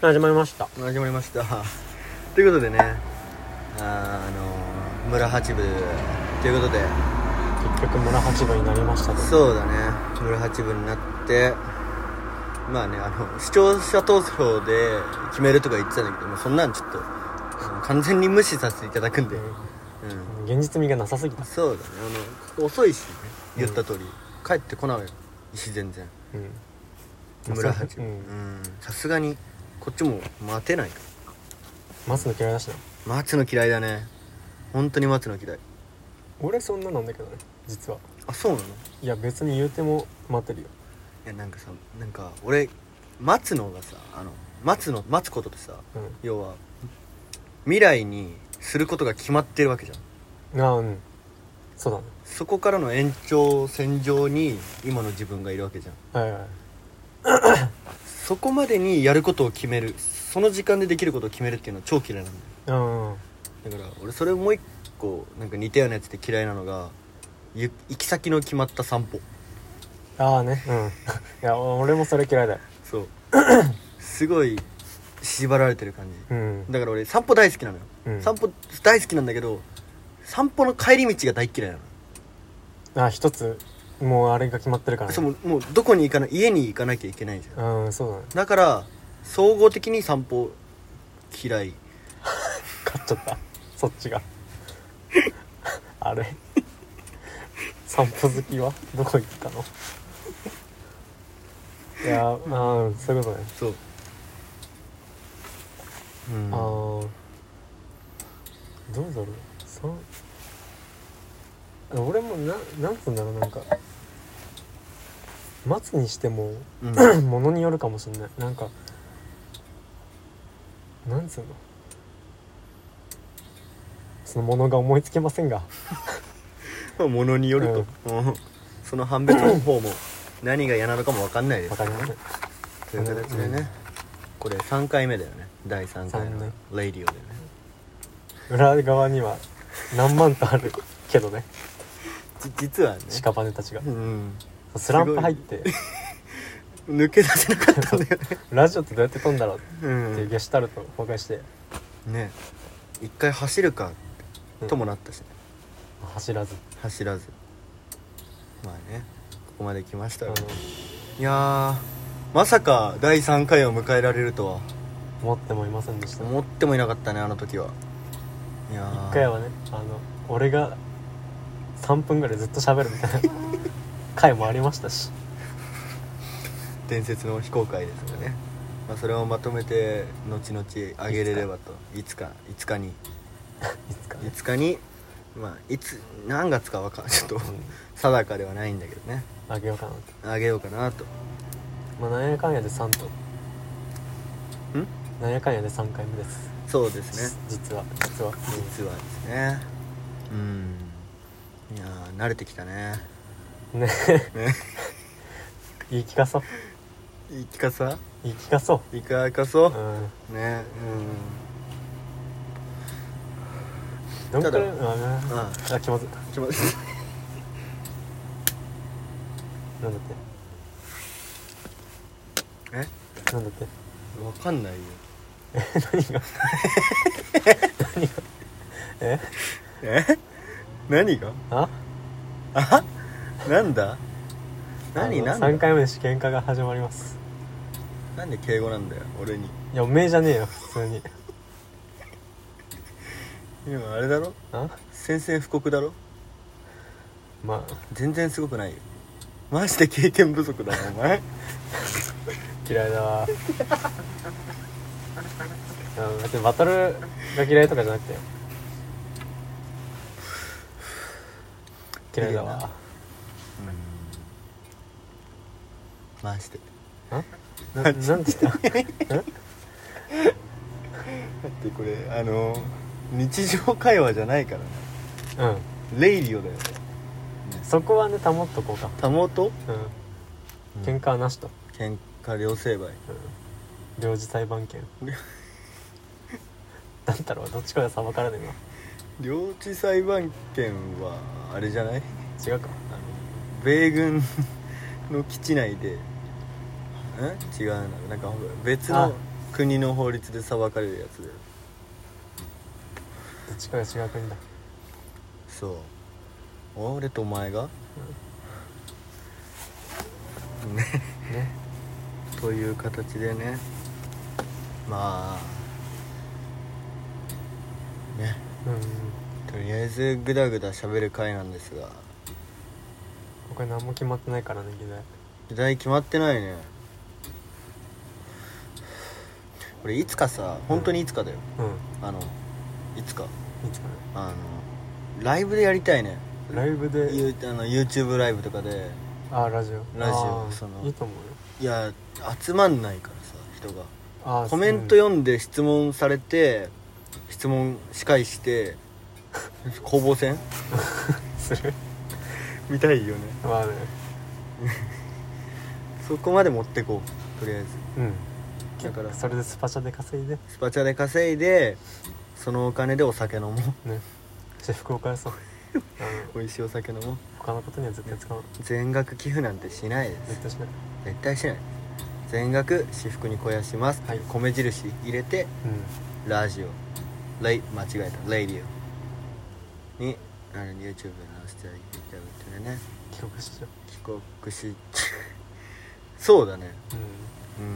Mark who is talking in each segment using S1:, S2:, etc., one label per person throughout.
S1: 始まりました
S2: 始まりましたということでねあーあのー、村八部ということで
S1: 結局村八分になりましたけど
S2: そうだね村八部になってまあねあの視聴者投票で決めるとか言ってたんだけどもうそんなんちょっとあの完全に無視させていただくんで、うん、
S1: 現実味がなさすぎた
S2: そうだねあの遅いしね言った通り、帰ってこないし全然
S1: うん
S2: 村八
S1: う
S2: 部うんんさすがにこっちも待てないから
S1: 待つの嫌いだしな
S2: 松の嫌いだね本当に松の嫌い
S1: 俺そんななんだけどね実は
S2: あそうなのい
S1: いや別に言うても待ってるよ
S2: やなんかさなんか俺松のがさあの松の待つことってさ
S1: う
S2: 要は未来にすることが決まってるわけじゃん
S1: んああうんそうだね
S2: そこからの延長線上に今の自分がいるわけじゃん
S1: はいはい
S2: そこまでにやることを決めるその時間でできることを決めるっていうのは超嫌いなんだよ
S1: うんうん
S2: だから俺それもう一個なんか似たようなやつで嫌いなのがゆ行き先の決まった散歩
S1: ああねうん いや俺もそれ嫌いだよ
S2: そう すごい縛られてる感
S1: う
S2: じ
S1: ん
S2: だから俺散歩大好きなのよ、
S1: うん
S2: 散歩大好きなんだけど散歩の帰り道が大嫌いなの、
S1: ああ一つもうあれが決まってるから
S2: そう
S1: ね
S2: もうもうどこに行かない家に行かなきゃいけないじゃん
S1: うんそうだね
S2: だから総合的に散歩嫌い
S1: 勝っちゃったそっちが あれ散歩好きはどこ行ったのいやああそういうことね
S2: そううん
S1: ああどうだろうそん俺もななんつうんだろうなんか待つにしても
S2: うん
S1: ものによるかもしんないなんかなんつうのそのものが思いつけませんが
S2: ま あものによると、うんその判別方法も何が嫌なのかも分かんないで
S1: わ
S2: す
S1: かりません
S2: という形でね、
S1: うん
S2: これ3回目だよね第3回
S1: 三
S2: の
S1: ね
S2: 「レイディオ」でね
S1: 裏側には何万とあるけどね
S2: じ実はね
S1: 屍たちが
S2: うん
S1: スランプ入って
S2: 抜け出せなかったんだよ ね
S1: ラジオってどうやって飛んだろう
S2: う
S1: っていうんゲシュタルトを崩壊して
S2: ね一回走るか
S1: うん
S2: ともなったしね
S1: 走らず
S2: 走らずまあねここまで来ました
S1: あ
S2: よ
S1: の
S2: いやーまさか第3回を迎えられるとは
S1: 思ってもいませんでした
S2: 思ってもいなかったねあの時はいやー
S1: 一回はねあの俺が3分ぐらいずっと喋るみたいな 回もありましたし
S2: 伝説の非公開ですよね、まあ、それをまとめて後々あげれればといつかいつかに
S1: いつか
S2: い
S1: ね
S2: つかにまあいつ何月かわかんちょっと定かではないんだけどね
S1: あげようかなと
S2: あげようかなと
S1: まあなんやかんやで3と
S2: ん
S1: なんやかんやで3回目です
S2: そうですね
S1: 実は実は
S2: 実はですねうんいやー慣れてきたね
S1: ね
S2: ね
S1: 言い聞かそう
S2: いいかさ
S1: 言い聞かそ
S2: いかかそう
S1: うん
S2: うね
S1: どんくらい
S2: た
S1: あ
S2: うんあ
S1: あ気まずい
S2: 気持ち
S1: なんだっ
S2: え
S1: てなんだって
S2: わかんないよ
S1: 何が何がえ
S2: え何が
S1: あ
S2: あなんだ何
S1: あ
S2: な
S1: の
S2: んだ
S1: 3回目で試験化が始まります
S2: なんで敬語なんだよ俺に
S1: いやおめえじゃねえよ普通に
S2: 今あれだろ
S1: あ
S2: 宣戦布告だろ
S1: ま
S2: 全然すごくないよマジで経験不足だなお 前
S1: あ嫌いだわ うん別にバトルが嫌いとかじゃなくて嫌いだ
S2: いい
S1: わ
S2: なマジで
S1: ななんて言った
S2: だってこれあの日常会話じゃないからね
S1: うん
S2: レイリオだよね
S1: そこはね保っとこうか
S2: たもと
S1: うん喧嘩はなしと、
S2: 喧嘩両成敗
S1: うん、領事裁 判権だったらどっちかが裁からね
S2: 領地裁判権はあれじゃない
S1: えな違うか
S2: あの米軍の基地内でん違うななんか別
S1: あ
S2: の国の法律で裁かれるやつで
S1: どっちかが違う国だ
S2: そう俺とお前が
S1: ね
S2: という形でねまあね
S1: うん
S2: とりあえずグダグダ喋る回なんですが
S1: これ何も決まってないからね議題
S2: 時代決まってないねこれいつかさ本当にいつかだよ、
S1: う
S2: あのいつか
S1: んいつかね
S2: あのライブでやりたいね
S1: ライブで
S2: ゆあの YouTube ライブとかで
S1: あラジオ
S2: ラジオ
S1: あー
S2: その
S1: いいと思うよ
S2: いや集まんないからさ人が
S1: あー
S2: コメント読んで質問されて質問し返して攻防戦
S1: するする
S2: 見たいよね
S1: まあね
S2: そこまで持ってこうとりあえず
S1: うん
S2: だから
S1: それでスパチャで稼いで
S2: スパチャで稼いでそのお金でお酒飲もう
S1: ね私服を返そうあの
S2: 美味しいお酒飲もう
S1: 他のことには絶対使わない
S2: 全額寄付なんてしないです
S1: 絶対しない
S2: 絶対しない全額私服に肥やします、
S1: はい
S2: 米印入れて
S1: う
S2: ラジオレイ間違えたレイディオにあの YouTube に載せてあげてるね
S1: ん帰国しよ
S2: 帰国し そうだね
S1: う
S2: うん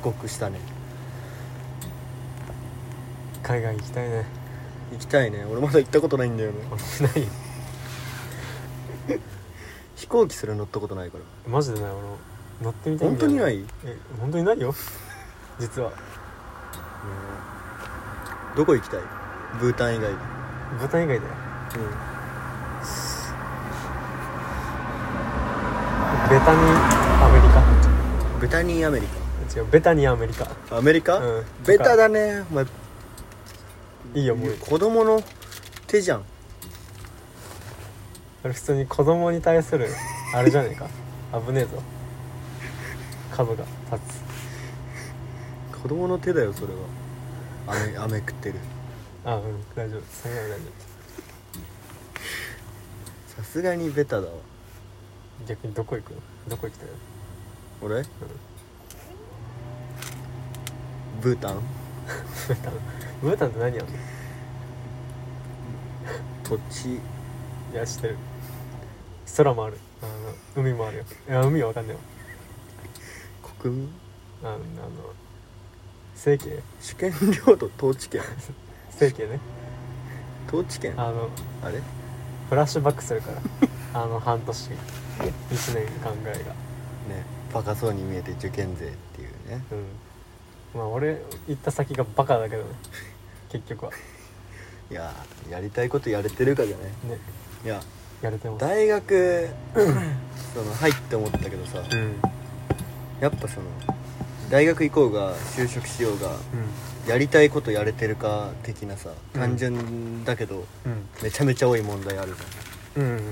S2: 帰国したね
S1: うん海外行きたいね
S2: 行きたいね俺まだ行ったことないんだよね
S1: 俺ないよ
S2: 飛行機すら乗ったことないから
S1: マジでない俺も乗ってみたいん
S2: 本
S1: だ
S2: 当
S1: よね
S2: にない、ね
S1: え本当にないよ実は
S2: えどこ行きたいブータン以外で
S1: 舞台以外でベタにア
S2: うんベタニーアメリ
S1: メリカ違うベタにアメリカ
S2: カアメリカ、
S1: うん
S2: ベタだねお前
S1: いいよもう
S2: 子供の手じゃん
S1: あれ普通に子供に対するあれじゃねえか危ねえぞ角が立つ
S2: 子供の手だよそれは飴飴食ってる
S1: あうん大丈夫最後は大丈
S2: さすがにベタだわ
S1: 夫逆にどこ行くのどこ行きたいの
S2: 俺ブータン
S1: ブータン ブータンって何やんの
S2: 土地
S1: いや知ってる空もあるあの海もあるよいや海はわかんないわ
S2: 国民
S1: あのあの整形
S2: 主権領土統治 権
S1: 整形ね
S2: 統治権あ
S1: あの
S2: れ
S1: フラッシュバックするから あの半年1年考えが
S2: ねバカそうに見えて受験税っていうね
S1: うんまあ俺行った先がバカだけどね結局はい
S2: やーやりたいことやれてるかじゃね
S1: ね
S2: いや
S1: やれてます
S2: 大学 その入って思ったけどさ
S1: うんうん
S2: やっぱその大学行こうが就職しようがやりたいことやれてるか的なさ
S1: うん
S2: 単純だけど、
S1: うん
S2: めちゃめちゃ多い問題あるじ
S1: うんうん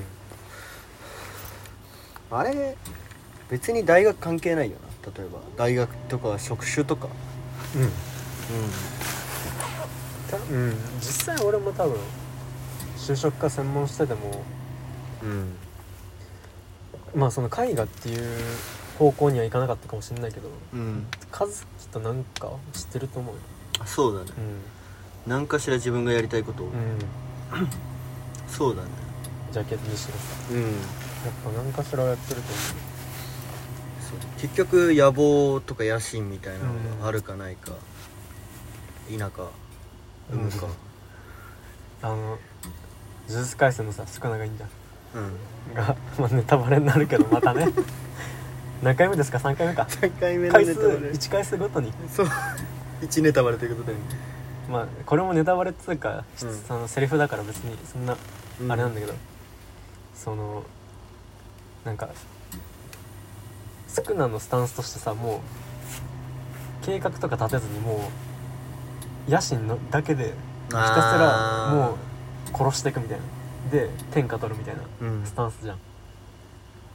S2: ゃんあれ別に大学関係ないよな例えば大学とか職種とか
S1: うんたうん実際俺も多分就職か専門してても
S2: うんうん
S1: まあその絵画っていう方向にはいかなかったかもしれないけど
S2: うん
S1: 和樹となんか知ってると思うよ
S2: そうだね
S1: う
S2: 何かしら自分がやりたいこと、
S1: んうん
S2: そうだね
S1: ジャケットにしてさ
S2: うん
S1: やっぱ何かしらやってると思う
S2: そう結局野望とか野心みたいなのがあるかないか、否か生むか
S1: あの「呪術廻戦」のさ少ながいいんじゃん
S2: うん、
S1: が、まあ、ネタバレになるけどまたね 何回目ですか3回目か
S2: 3回目
S1: 回数1回数ごとに
S2: そう1ネタバレということで、
S1: まあこれもネタバレっつうか、
S2: うん
S1: そのセリフだから別にそんなあれなんだ
S2: け
S1: けど、そのなんかスクナのスタンスとしてさもう計画とか立てずにもう野心のだけでひたすらもう殺していくみたいなで天下取るみたいな
S2: ううん
S1: スタンスじゃん、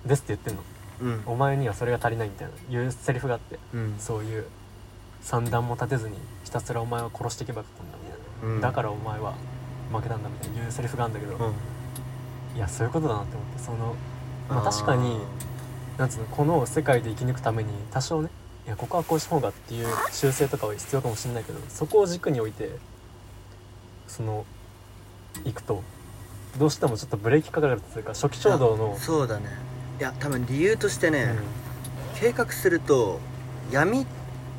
S1: ですって言ってんの
S2: うん
S1: お前にはそれが足りないみたいないうセリフがあって
S2: うん
S1: そういう算段も立てずにひたすらお前は殺していけばよかったんだみたいな、
S2: うん
S1: だからお前は負けたんだみたいないうセリフがあるんだけど、
S2: うん
S1: いやそういうことだなって思ってそのまあ
S2: ー
S1: 確かになんつうのこの世界で生き抜くために多少ねいやここはこうした方がっていう修正とかは必要かもしれないけどそこを軸に置いてその行くとどうしてもちょっとブレーキかかるというか初期衝動の、
S2: そうだねいや多分理由として
S1: う
S2: ね、
S1: ん
S2: 計画すると闇っ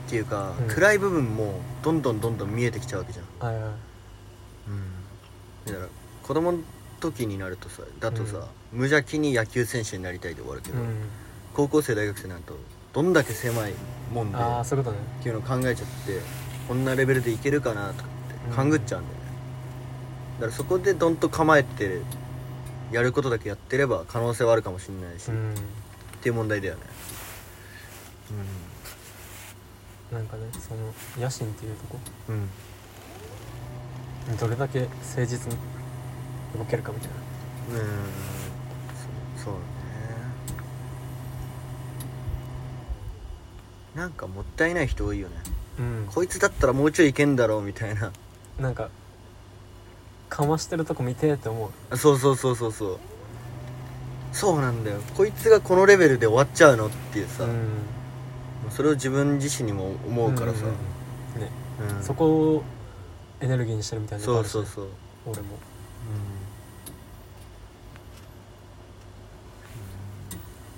S2: ていうか、
S1: うん
S2: 暗い部分もどんどんどんどん見えてきちゃうわけじゃん、
S1: はいはい
S2: だから子供の時になるとさだとさ、無邪気に野球選手になりたいで終わるけ
S1: う
S2: ど、
S1: ん、
S2: 高校生大学生になるとどんだけ狭いもんで
S1: ああ
S2: っ
S1: そういうことね
S2: ていうのを考えちゃってこんなレベルでいけるかなとかって勘ぐっちゃうんだよね、だからそこでどんと構えてやることだけやってれば可能性はあるかもしれないし、
S1: う
S2: っ
S1: ん
S2: ていう問題だよね
S1: なんかねその野心っていうとこ
S2: うん、うん、
S1: どれだけ誠実に動けるかみたいな
S2: うんそそうだねなんかもったいない人多いよね
S1: うん
S2: こいつだったらもうちょいいけんだろうみたいな
S1: なんかかましてるとこ見てーって思う
S2: あそうそうそうそうそうそうなんだよこいつがこのレベルで終わっちゃうのっていうさ、
S1: うん
S2: それを自分自身にも思うからさ、
S1: んんうんね
S2: うん
S1: そこをエネルギーにしてるみたいなとこ
S2: そ
S1: あ
S2: う
S1: るし
S2: そうそう、うん
S1: 俺も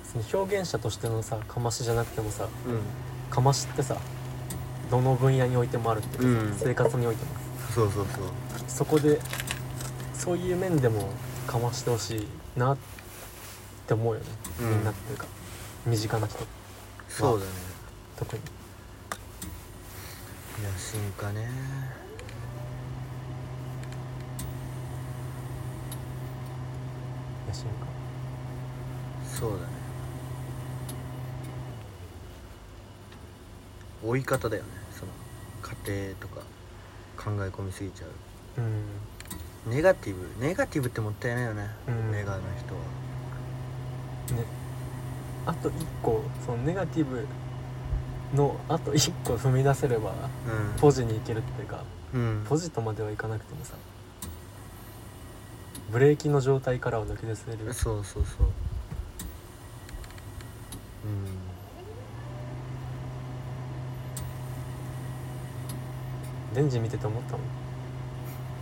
S1: その表現者としてのさかましじゃなくてもさ
S2: うん、
S1: かましってさどの分野においてもあるっていうかさ、
S2: うん
S1: 生活においても
S2: そうそうそう
S1: そこでそういう面でもかましてほしいなって思うよね、
S2: うん
S1: みんなっていうか身近な人
S2: そうだね
S1: 特に
S2: 野心家ね
S1: 野心家
S2: そうだね追い方だよねその家庭とか考え込みすぎちゃう
S1: うん
S2: ネガティブネガティブってもったいないよね、
S1: うん
S2: ネガの人は
S1: ねあと1個そのネガティブのあと1個踏み出せればポジに行けるっていうか
S2: うん、うん、
S1: ポジとまではいかなくてもさブレーキの状態からは抜け出せる
S2: そうそうそううん
S1: デンジ見てて思ったもん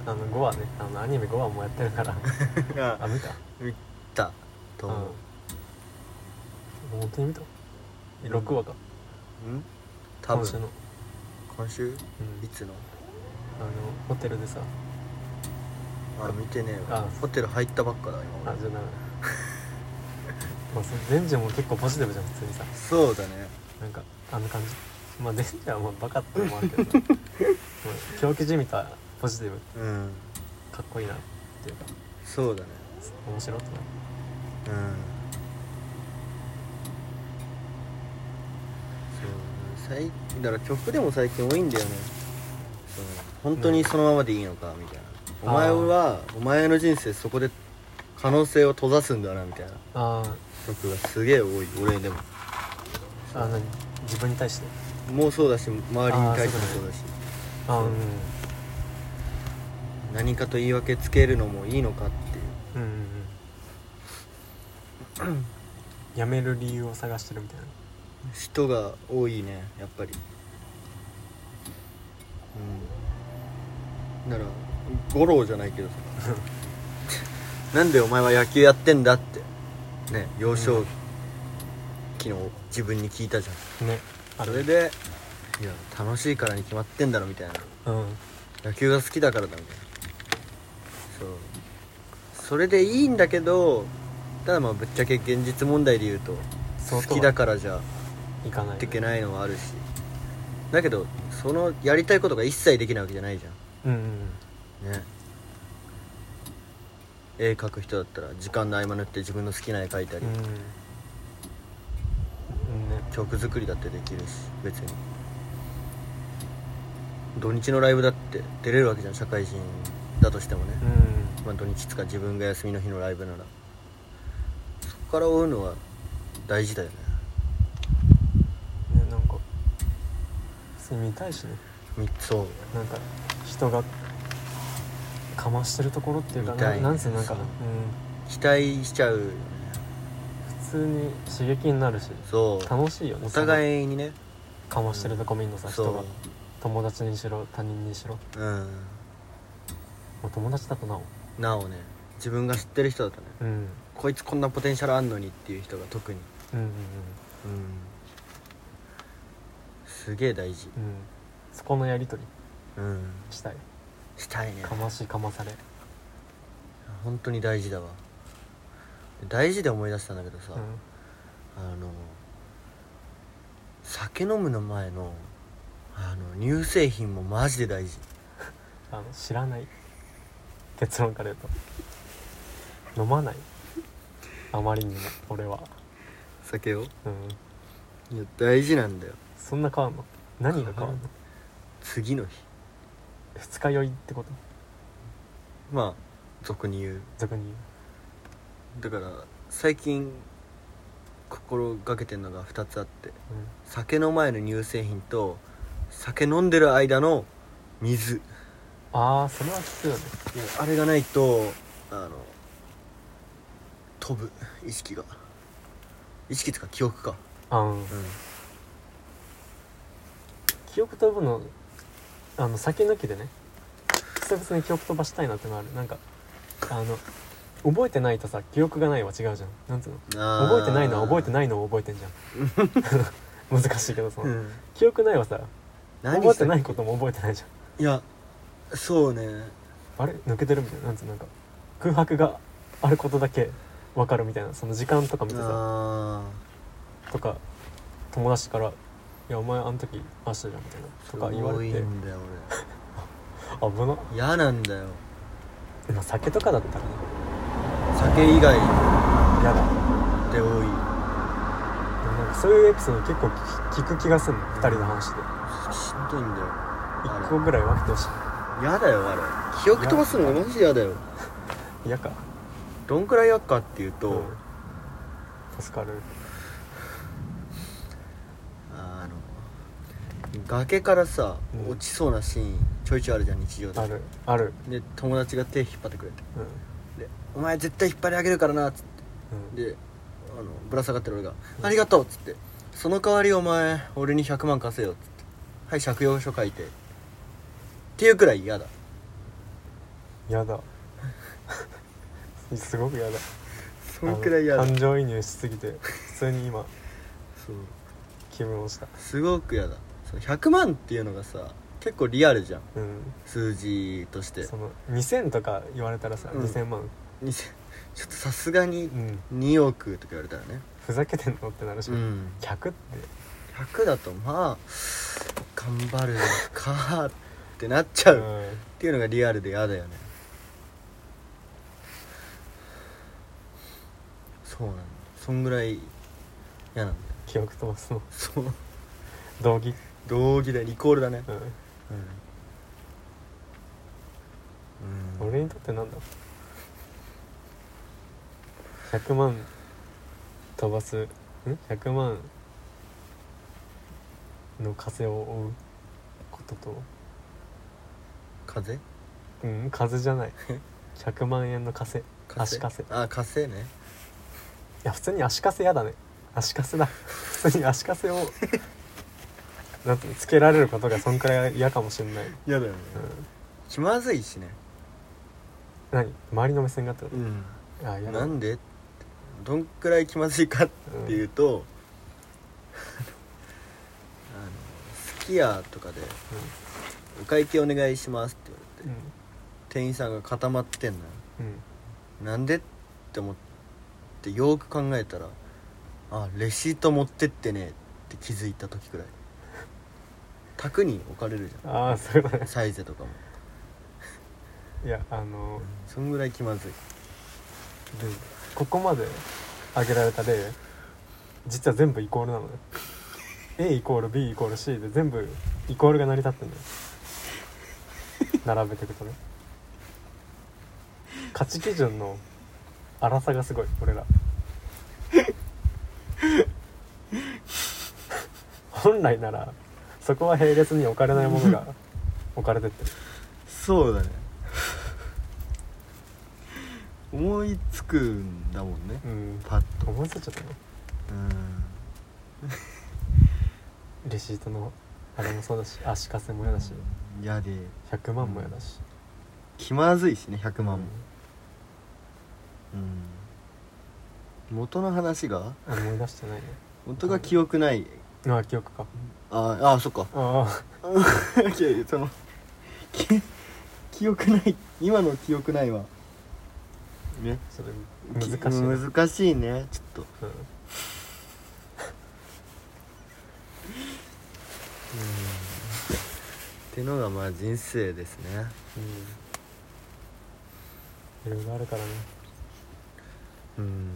S1: あの5話ねあのアニメ5話もやってるから あ見た
S2: 見たと思う、
S1: うん、本当に見たえ6話か
S2: うん、多
S1: 今週の、
S2: 分
S1: うん、
S2: 今週いつ
S1: あ
S2: の
S1: のホテルでさ
S2: あ見てねえわ
S1: あ
S2: ホテル入ったばっかだ今
S1: あ
S2: 俺
S1: じゃあダメだまあそデンジも結構ポジティブじゃん普通にさ
S2: そうだね
S1: なんかあの感じまあデンジはまあバカってのもあるけど さまあ狂気じみたポジティブ
S2: うん
S1: かっこいいなっていうか
S2: そうだね
S1: 面白いってな
S2: うんそう最だから曲でも最近多いんだよねその本当にそのままでいいのかみたいな、
S1: あー
S2: お前はお前の人生そこで可能性を閉ざすんだなみたいな
S1: あー
S2: 曲がすげえ多い俺でも
S1: あ何自分に対して
S2: もうそうだし周りに対してもそうだし
S1: あー
S2: 何かと言い訳つけるのもいいのかっていう
S1: うんうんうんうんやめる理由を探してるみたいな
S2: 人が多いねやっぱりうんなら五郎じゃないけどさなんでお前は野球やってんだってね幼少期の自分に聞いたじゃん、
S1: ねあ
S2: それでいや楽しいからに決まってんだろみたいな
S1: うん
S2: 野球が好きだからだみたいなそうそれでいいんだけどただまあぶっちゃけ現実問題で言うと
S1: そう
S2: 好
S1: とは
S2: きだからじゃ
S1: いかない
S2: できないのはあるしだけどそのやりたいことが一切できないわけじゃないじゃ
S1: うんうんうん
S2: んね絵描く人だったら時間の合間縫って自分の好きな絵描いたり、
S1: うんね
S2: 曲作りだってできるし別に土日のライブだって出れるわけじゃん社会人だとしてもね、
S1: うん
S2: まあ、土日つか自分が休みの日のライブならそこから追うのは大事だよね
S1: ねなんか普通に見たいしね
S2: みそう
S1: なんか人がかましてるところっていうか
S2: 見た
S1: ないなんせなんか、う、
S2: そうん期待しちゃうよね
S1: 普通に刺激になるし
S2: そう
S1: 楽しいよね
S2: お
S1: い
S2: 互いにね
S1: かましてるとこ見んのさ、人が
S2: そ
S1: 友達にしろ他人にしろ
S2: ううん
S1: もう友達だとなお
S2: なおね自分が知ってる人だとね
S1: うんうん
S2: こいつこんなポテンシャルあんのにっていう人が特に
S1: うんうん
S2: うんすげえ大事
S1: うんそこのやり取
S2: うん
S1: りしたい
S2: したいね
S1: かましかまされ
S2: 本当に大事だわ大事で思い出したんだけど
S1: う
S2: さ、あの酒飲むの前のあの乳製品もマジで大事
S1: んあの知らない結論から言うと飲まないあまりにも俺は
S2: 酒を
S1: うん
S2: いや大事なんだよ
S1: そんな変わんの何が変わんの
S2: 次の日
S1: 二日酔いってこと
S2: まあ俗に言う
S1: 俗に言う
S2: だから最近心がけてるのが2つあって酒の前の乳製品と酒飲んでる間の水
S1: うん、ああそれは聞くよね
S2: あれがないとあの飛ぶ意識が意識とか記憶か
S1: あうん
S2: うん
S1: 記憶飛ぶのあの酒抜きでね久々に記憶飛ばしたいなってのあるなんかあの覚えてないとさ記憶がないは違うじゃんなんつうの覚えてないのは覚えて
S2: い、
S1: ないのを覚えてんじゃん 難しいけどその、
S2: うん、
S1: 記憶ないはさ
S2: 何
S1: 覚えて
S2: した
S1: な
S2: っ
S1: いことも覚えてないじゃん
S2: けいやそうね
S1: あれ抜けてるみたいななんつうのなんか空白があることだけ分かるみたいなその時間とか見てさ
S2: あ
S1: とか友達から「いやお前あの時ああしたじゃん」みたいな
S2: ー
S1: とか言われて
S2: すごいんだよ
S1: 危な
S2: 俺嫌なんだよ
S1: まあ酒とかだったらね
S2: 酒以外
S1: 嫌だ
S2: で
S1: で
S2: 多い
S1: もなんかそういうエピソード結構聞聞く気がすんの2人の話で
S2: しんどいんだよ
S1: 1個ぐらい分けてほし
S2: 嫌だよあれ記憶飛ばすのがマジで嫌だよ
S1: い嫌か
S2: どんくらい嫌かっていうと、
S1: うん助かる
S2: あの崖からさ、
S1: うん
S2: 落ちそうなシーンちょいちょいあるじゃん日常で
S1: あるある
S2: で友達が手引っ張ってくれて
S1: うん
S2: で「お前絶対引っ張り上げるからな」っつって
S1: うん
S2: であのぶら下がってる俺が「
S1: うん
S2: ありがとう」っつって「その代わりお前俺に100万貸せよ」っつって「はい借用書書いて」っていうくらい嫌だ
S1: 嫌 だすごく嫌だ
S2: そのくらい嫌
S1: あ
S2: だ
S1: の
S2: そう
S1: 感情移入しすぎて普通に今気分をした
S2: すごく嫌だその100万っていうのがさ結構リアルじゃん
S1: うん
S2: 数字として
S1: その2000とか言われたらさ、
S2: うん
S1: 2000万
S2: にせ ちょっとさすがに
S1: うん
S2: 2億とか言われたらね
S1: ふざけてんのってなるし、
S2: うん
S1: 100って
S2: 100だとまあ頑張るのかってなっちゃ う、っ
S1: うん
S2: ていうのがリアルで嫌だよねそうなんだそんぐらい嫌なんだよ
S1: 記憶飛ばすの
S2: そう
S1: 同義
S2: 同義だイコールだね
S1: う
S2: う
S1: ん
S2: ん、
S1: 俺にとってなんだ100万飛ばすん100万の風を追うことと
S2: 風
S1: うん風じゃ ない100万円の風い
S2: 風
S1: 足かせ
S2: あかせね
S1: や普通に足かせやだね足かせだ普通に足かせ をなんていうのつけられることがそんくらい嫌かもしれない、うん、
S2: 嫌だよね気まずいしね
S1: 何周りの目線があってこ
S2: うん
S1: とあ嫌だ
S2: なんでどんくらい気まずいかっていう と、あのスキヤとかで「お会計お願いします」って言われ
S1: う
S2: て、
S1: ん
S2: 店員さんが固まってんのよ
S1: うん、うん
S2: なんでって思ってよーく考えたら「あレシート持ってってね」って気づいた時く らい卓に置かれるじ
S1: ああそういうこと
S2: ゃん
S1: ね
S2: サイゼとかも
S1: いやあの
S2: そんぐらい気まずい
S1: でここまで挙げられた例実は全部イコールなのね A イコール B イコール C で全部イコールが成り立ってんだよ並べていくとね価値基準の粗さがすごい俺ら本来ならそこは並列に置かれないものが置かれてってる
S2: そうだね思いつくんだもんね
S1: うん
S2: パッと
S1: 思いついちゃったね
S2: うん
S1: レシートのあれもそうだし足かせもやだし
S3: 嫌で
S1: 100万もやだし、
S3: 気まずいしね100
S1: う
S3: 万も、うん、元の話が
S1: ん思い出してないね
S3: 元が記憶ない
S1: ああ記憶か
S3: ああそっか
S1: ああ
S3: いやいやその き記憶ない今の記憶ないわね
S1: それ
S3: き
S1: 難しいな、うん、
S3: 難しいねちょっと
S2: てのがまあ人生ですね
S1: うん、いろいろあるからね
S2: うん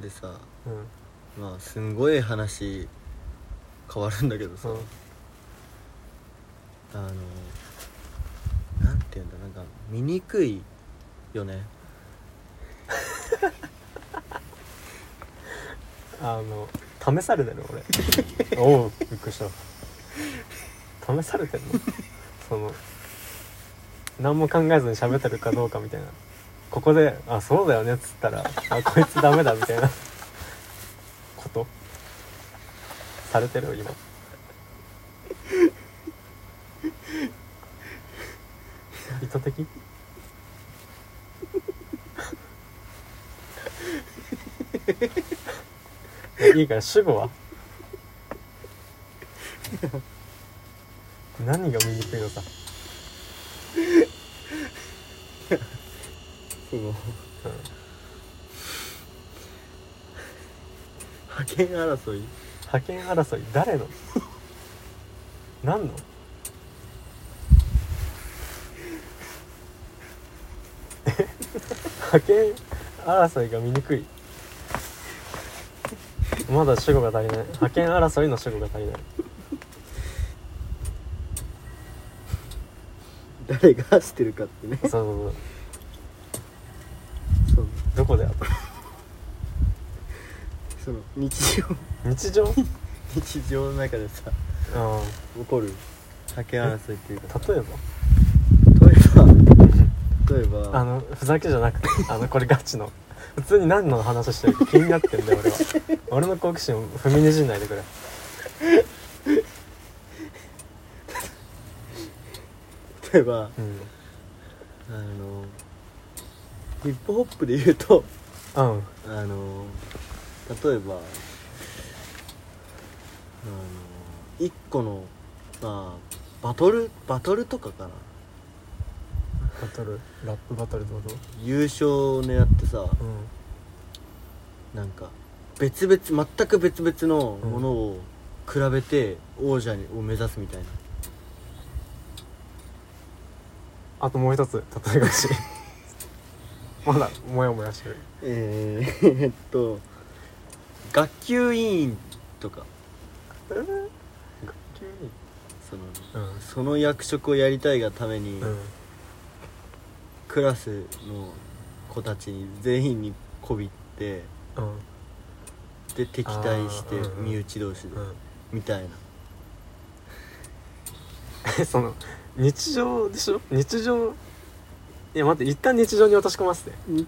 S2: でさ
S1: うん
S2: まあすんごい話変わるんだけどさ、
S1: そう
S2: あのなんていうんだなんか醜いよね
S1: あの試されてる俺 おうびっくりした試されてるのその何も考えずに喋ってるかどうかみたいなここで「あそうだよね」っつったら「あこいつダメだ」みたいなことされてるよ今意図的いいから主語は何が醜いのさ
S2: そ の
S1: うん
S2: 覇権争い
S1: 覇権争い誰の何のえ覇権争いが醜いまだ主語が足りない覇権争いの主語が足りない
S3: 誰がしてるかってね
S1: そうそう
S3: そう
S1: そうどこであった
S3: その日常
S1: 日常
S2: 日常の中でさ
S1: あ
S2: 起こる覇権争いっていう
S1: あ
S2: か
S1: 例え
S2: 例え
S1: ば
S2: ば例えば
S1: あのふざけじゃなくて あのこれガチの普通に何の話してるか気になってんだよ俺は俺の好奇心を踏みにじんないでくれ
S2: 例えば
S1: うん
S2: あのヒップホップで言うと
S1: うん
S2: あの例えばあの一個のまあバトルバトルとかかな
S1: バトルラップバトルってこと
S2: 優勝を狙ってさ
S1: うん
S2: なんか別々全く別々のものを比べて王者を目指すみたいな
S1: あともう一つ例えが欲しい まだモヤモヤしてる
S2: えー えっと学級委員とか
S1: 急に
S2: その
S1: うん
S2: その役職をやりたいがために、
S1: うん
S2: クラスの子たちに全員にこびって
S1: うん
S2: で敵対して
S1: あーうんうん
S2: 身内同士で、
S1: うん
S2: みたいな
S1: え その日常でしょ日常いや待って一旦日常に落とし込ませて
S2: 日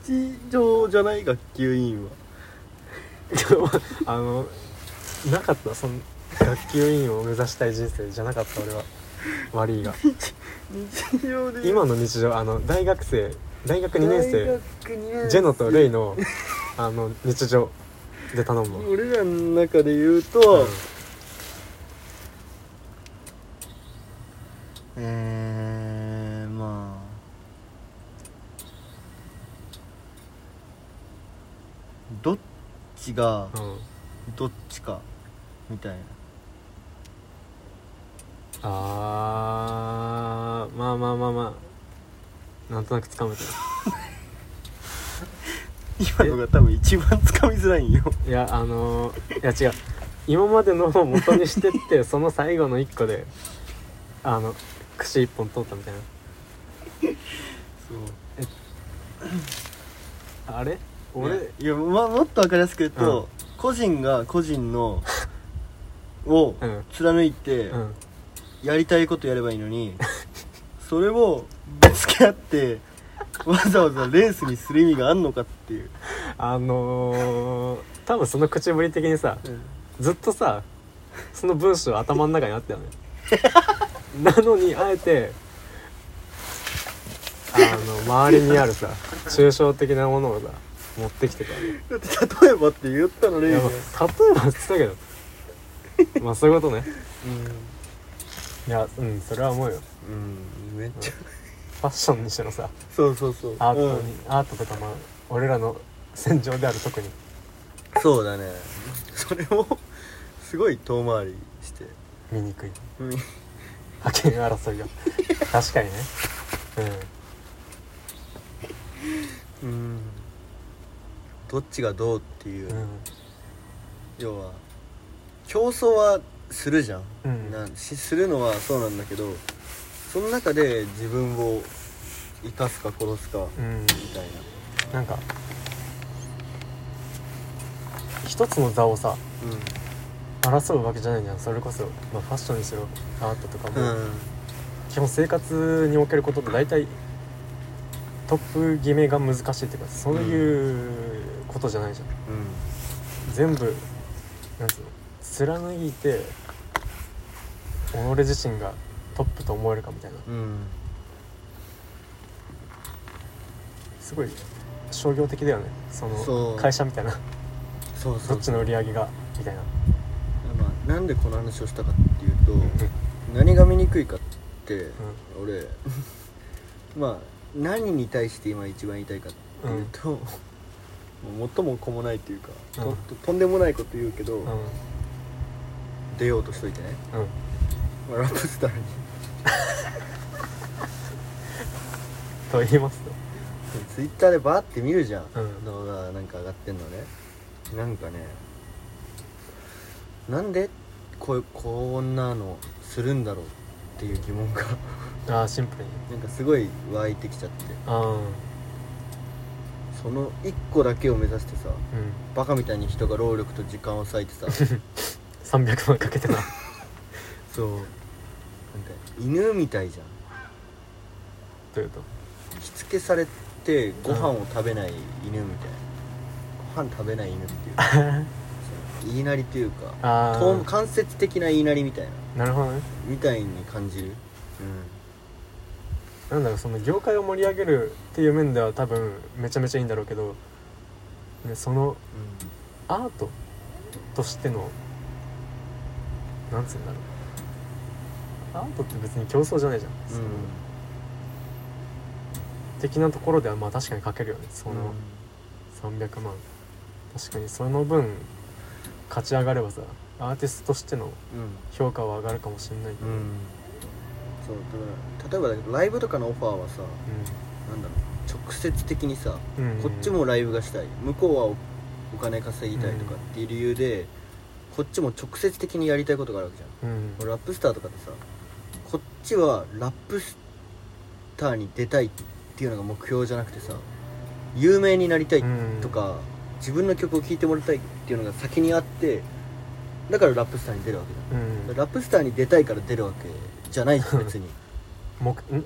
S2: 常じゃない学級委 員は
S1: あのなかったその学級委員を目指したい人生じゃなかった俺は悪 いが
S2: 日常で
S1: 今の日常あの大学生大学2年
S2: 大
S1: 生
S2: 学二年生
S1: ジェノとレイのあの日常で頼むわ
S2: 俺らの中で言うと、えー、まあどっちが
S1: うんうん
S2: どっちかみたいな
S1: あーまあまあまあまあなんとなくつかめた
S2: 今のが多分一番つかみづらいんよ
S1: いやあのー、いや違う今までのを元にしてって その最後の1個であの串1本通ったみたいなあれ俺、
S2: 俺いや、ま、もっと分かりやすく言うと、個人が個人のを
S1: うん
S2: 貫いて
S1: うん
S2: やりたいことやればいいのにそれをぶつけ合ってわざわざレースにする意味があんのかっていう
S1: あのー、多分その口ぶり的にさ、
S2: うん
S1: ずっとさその文章頭の中にあ ったよねなのにあえてあの周りにあるさ抽象的なものをさ持ってきてたよね
S2: だって例えばって言ったの
S1: い
S2: レイ
S1: や
S2: が
S1: まあ例えばって言ったけどまあそういうことねいやうんそれは思うよ
S2: うん、うん、めっちゃ
S1: ファッションにしろさ
S2: そうそうそう
S1: アー
S2: う
S1: トに、アートとかまあ俺らの戦場である特に
S2: んそうだねそれをすごい遠回りして
S1: 醜い
S2: うん
S1: 覇権争いが確かにね
S2: うんどっちがどうっていう、
S1: うんうん
S2: 要は競争はするじゃん、
S1: うん
S2: なんしするのはそうなんだけどその中で自分を生かすか殺すか
S1: うん
S2: みたいな
S1: なんか一つの座をさ争うわけじゃないじゃんそれこそ、まあ、ファッションにしろアートとか
S2: う
S1: も、
S2: ん、うん
S1: 基本生活におけることって大体トップ決めが難しいっていうかそういうことじゃないじゃん、全部なんつうの貫いて己自身がトップと思えるかみたいな
S2: うんうん
S1: すごい商業的だよねそ
S2: そ
S1: の
S2: う
S1: 会社みたいな
S2: そうそ
S1: ど
S2: う
S1: っちの売り上げがみたいな
S2: まあ、なんでこの話をしたかっていうと、何が見にくいかって、俺 まあ何に対して今一番言いたいかっていうと、もう最も子もないっていうか、
S1: うん
S2: ととんでもないこと言うけど、
S1: うんうん
S2: 出ようとしといてね、
S1: うん
S2: まあ、ラップスターに
S1: と言いますと
S2: ツイッターでバーって見るじゃん、
S1: うん
S2: 動画なんか上がってんのねなんかねなんでこうこんなのするんだろうっていう疑問が
S1: ああシンプルに
S2: なんかすごい湧いてきちゃって
S1: ああ
S2: その1個だけを目指してさ
S1: うん
S2: バカみたいに人が労力と時間を割 いてさ
S1: 300万かけてな
S2: そうなんか犬みたいじゃ
S1: というと
S2: んしつけされてご飯を食べない犬みたいな、ご飯食べない犬ってい うかそう言いなりというか
S1: ああ
S2: とん間接的な言いなりみたいな
S1: なるほどね
S2: みたいに感じる
S1: なんだろうその業界を盛り上げるっていう面では多分めちゃめちゃいいんだろうけど、ね、その
S2: う
S1: アートとしてのなんつうんだろうアートって別に競争じゃないじゃん、
S2: ん
S1: その的なところではまあ確かに書けるよねその300万、確かにその分勝ち上がればさアーティストとしての
S2: う
S1: 評価は上がるかもしれないけど
S2: んうんそうだから例えばだけどライブとかのオファーはさなんだろう直接的にさ
S1: うんうん
S2: こっちもライブがしたい向こうはおお金稼ぎたいとかっていう理由でこっちも直接的にやりたいことがあるわけじゃん
S1: うん
S2: 俺ラップスターとかってさこっちはラップスターに出たいっていうのが目標じゃなくてさ有名になりたいとか、自分の曲を聴いてもらいたいっていうのが先にあってだからラップスターに出るわけ
S1: う
S2: だ
S1: ん
S2: ラップスターに出たいから出るわけじゃないじゃん別に
S1: もくん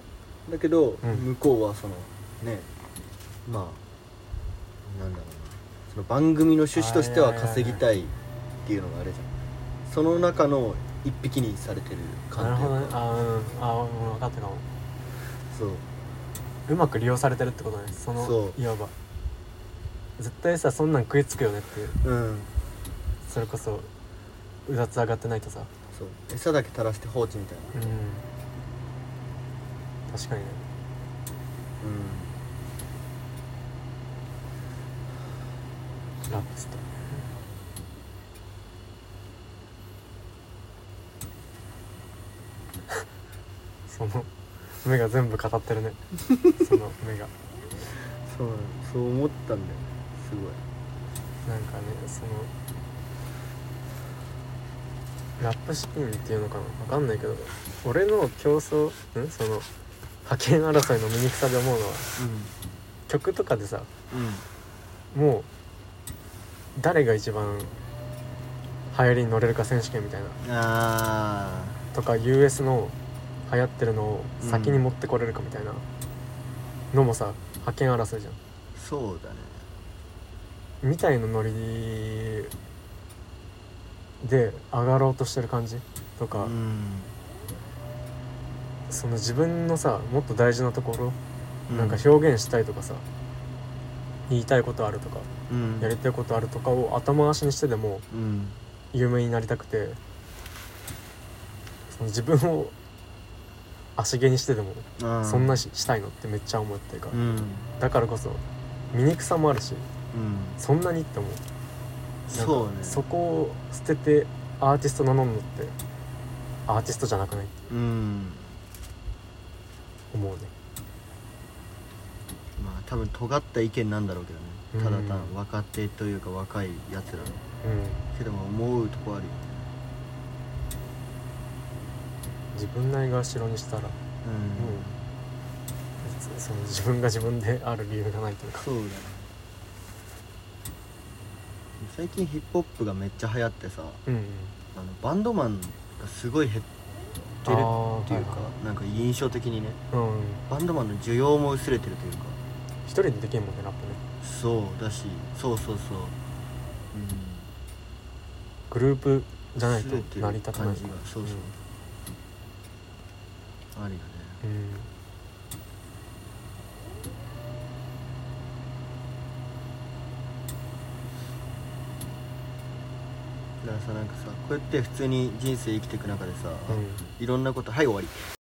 S2: だけど、
S1: うん
S2: 向こうはそのねまあなんだろうなその番組の趣旨としては稼ぎたいっていうのがあるじゃんその中の一匹にされてる
S1: なる
S2: 感
S1: ほど
S2: じ
S1: ねあーうんあーうん分かったかも
S2: そう
S1: うまく利用されてるってことねその
S2: そう
S1: いわば絶対さそんなん食いつくよねっていう
S2: うん
S1: それこそうだつ上がってないとさ
S2: そう餌だけ垂らして放置みたいな
S1: うん確かにね
S2: う
S1: ラップスと その目が全部語ってるねその目が
S2: んそうなのそう思ったんだよすごい
S1: なんかねそのラップシーンっていうのかなわかんないけど俺の競争んその覇権争いの醜さで思うのは曲とかでさ
S2: うん
S1: もう誰が一番流行りに乗れるか選手権みたいな
S2: うんあ
S1: とか US の流行ってるのを先に持ってこれるかみたいなのもさ覇権争いじゃん
S2: あそうだね
S1: みたいなノリで上がろうとしてる感じとか、
S2: うん
S1: その自分のさもっと大事なところ、
S2: う
S1: なんか表現したいとかさ言いたいことあるとか
S2: うん
S1: やりたいことあるとかを頭足にしてでも
S2: うん
S1: 有名になりたくてその自分を足毛にしてでも
S2: あー
S1: そんなし,、したいのってめっちゃ思ってるから、
S2: うん
S1: だからこそ醜さもあるし
S2: うん
S1: そんなにって思うなんか
S2: そうね
S1: そこを捨ててアーティスト名乗るのってアーティストじゃなくない
S2: うん
S1: 思うね
S2: まあ多分尖った意見なんだろうけどねただ
S1: うん
S2: 単若手というか若いやつら
S1: う
S2: の
S1: ん
S2: けども思うとこあるよ
S1: 自分ないがしろにしたらもうその自分が自分である理由がないというか
S2: そうだね最近ヒップホップがめっちゃ流行ってさ
S1: うんうん
S2: あのバンドマンがすごい減ってるっていう
S1: あ
S2: かなんか印象的にね
S1: ーはいはいうん
S2: バンドマンの需要も薄れてるというか
S1: 一人でできるもんねラップね
S2: そうだしそうそうそう、
S1: グループ
S2: うん、
S1: じゃない
S2: 薄
S1: と
S2: れてる
S1: 成り立たない
S2: 感じがそうそう、あるよね
S1: うんうん
S2: だからさなんかさこうやって普通に人生生きていく中でさ、いろんなことはい終わり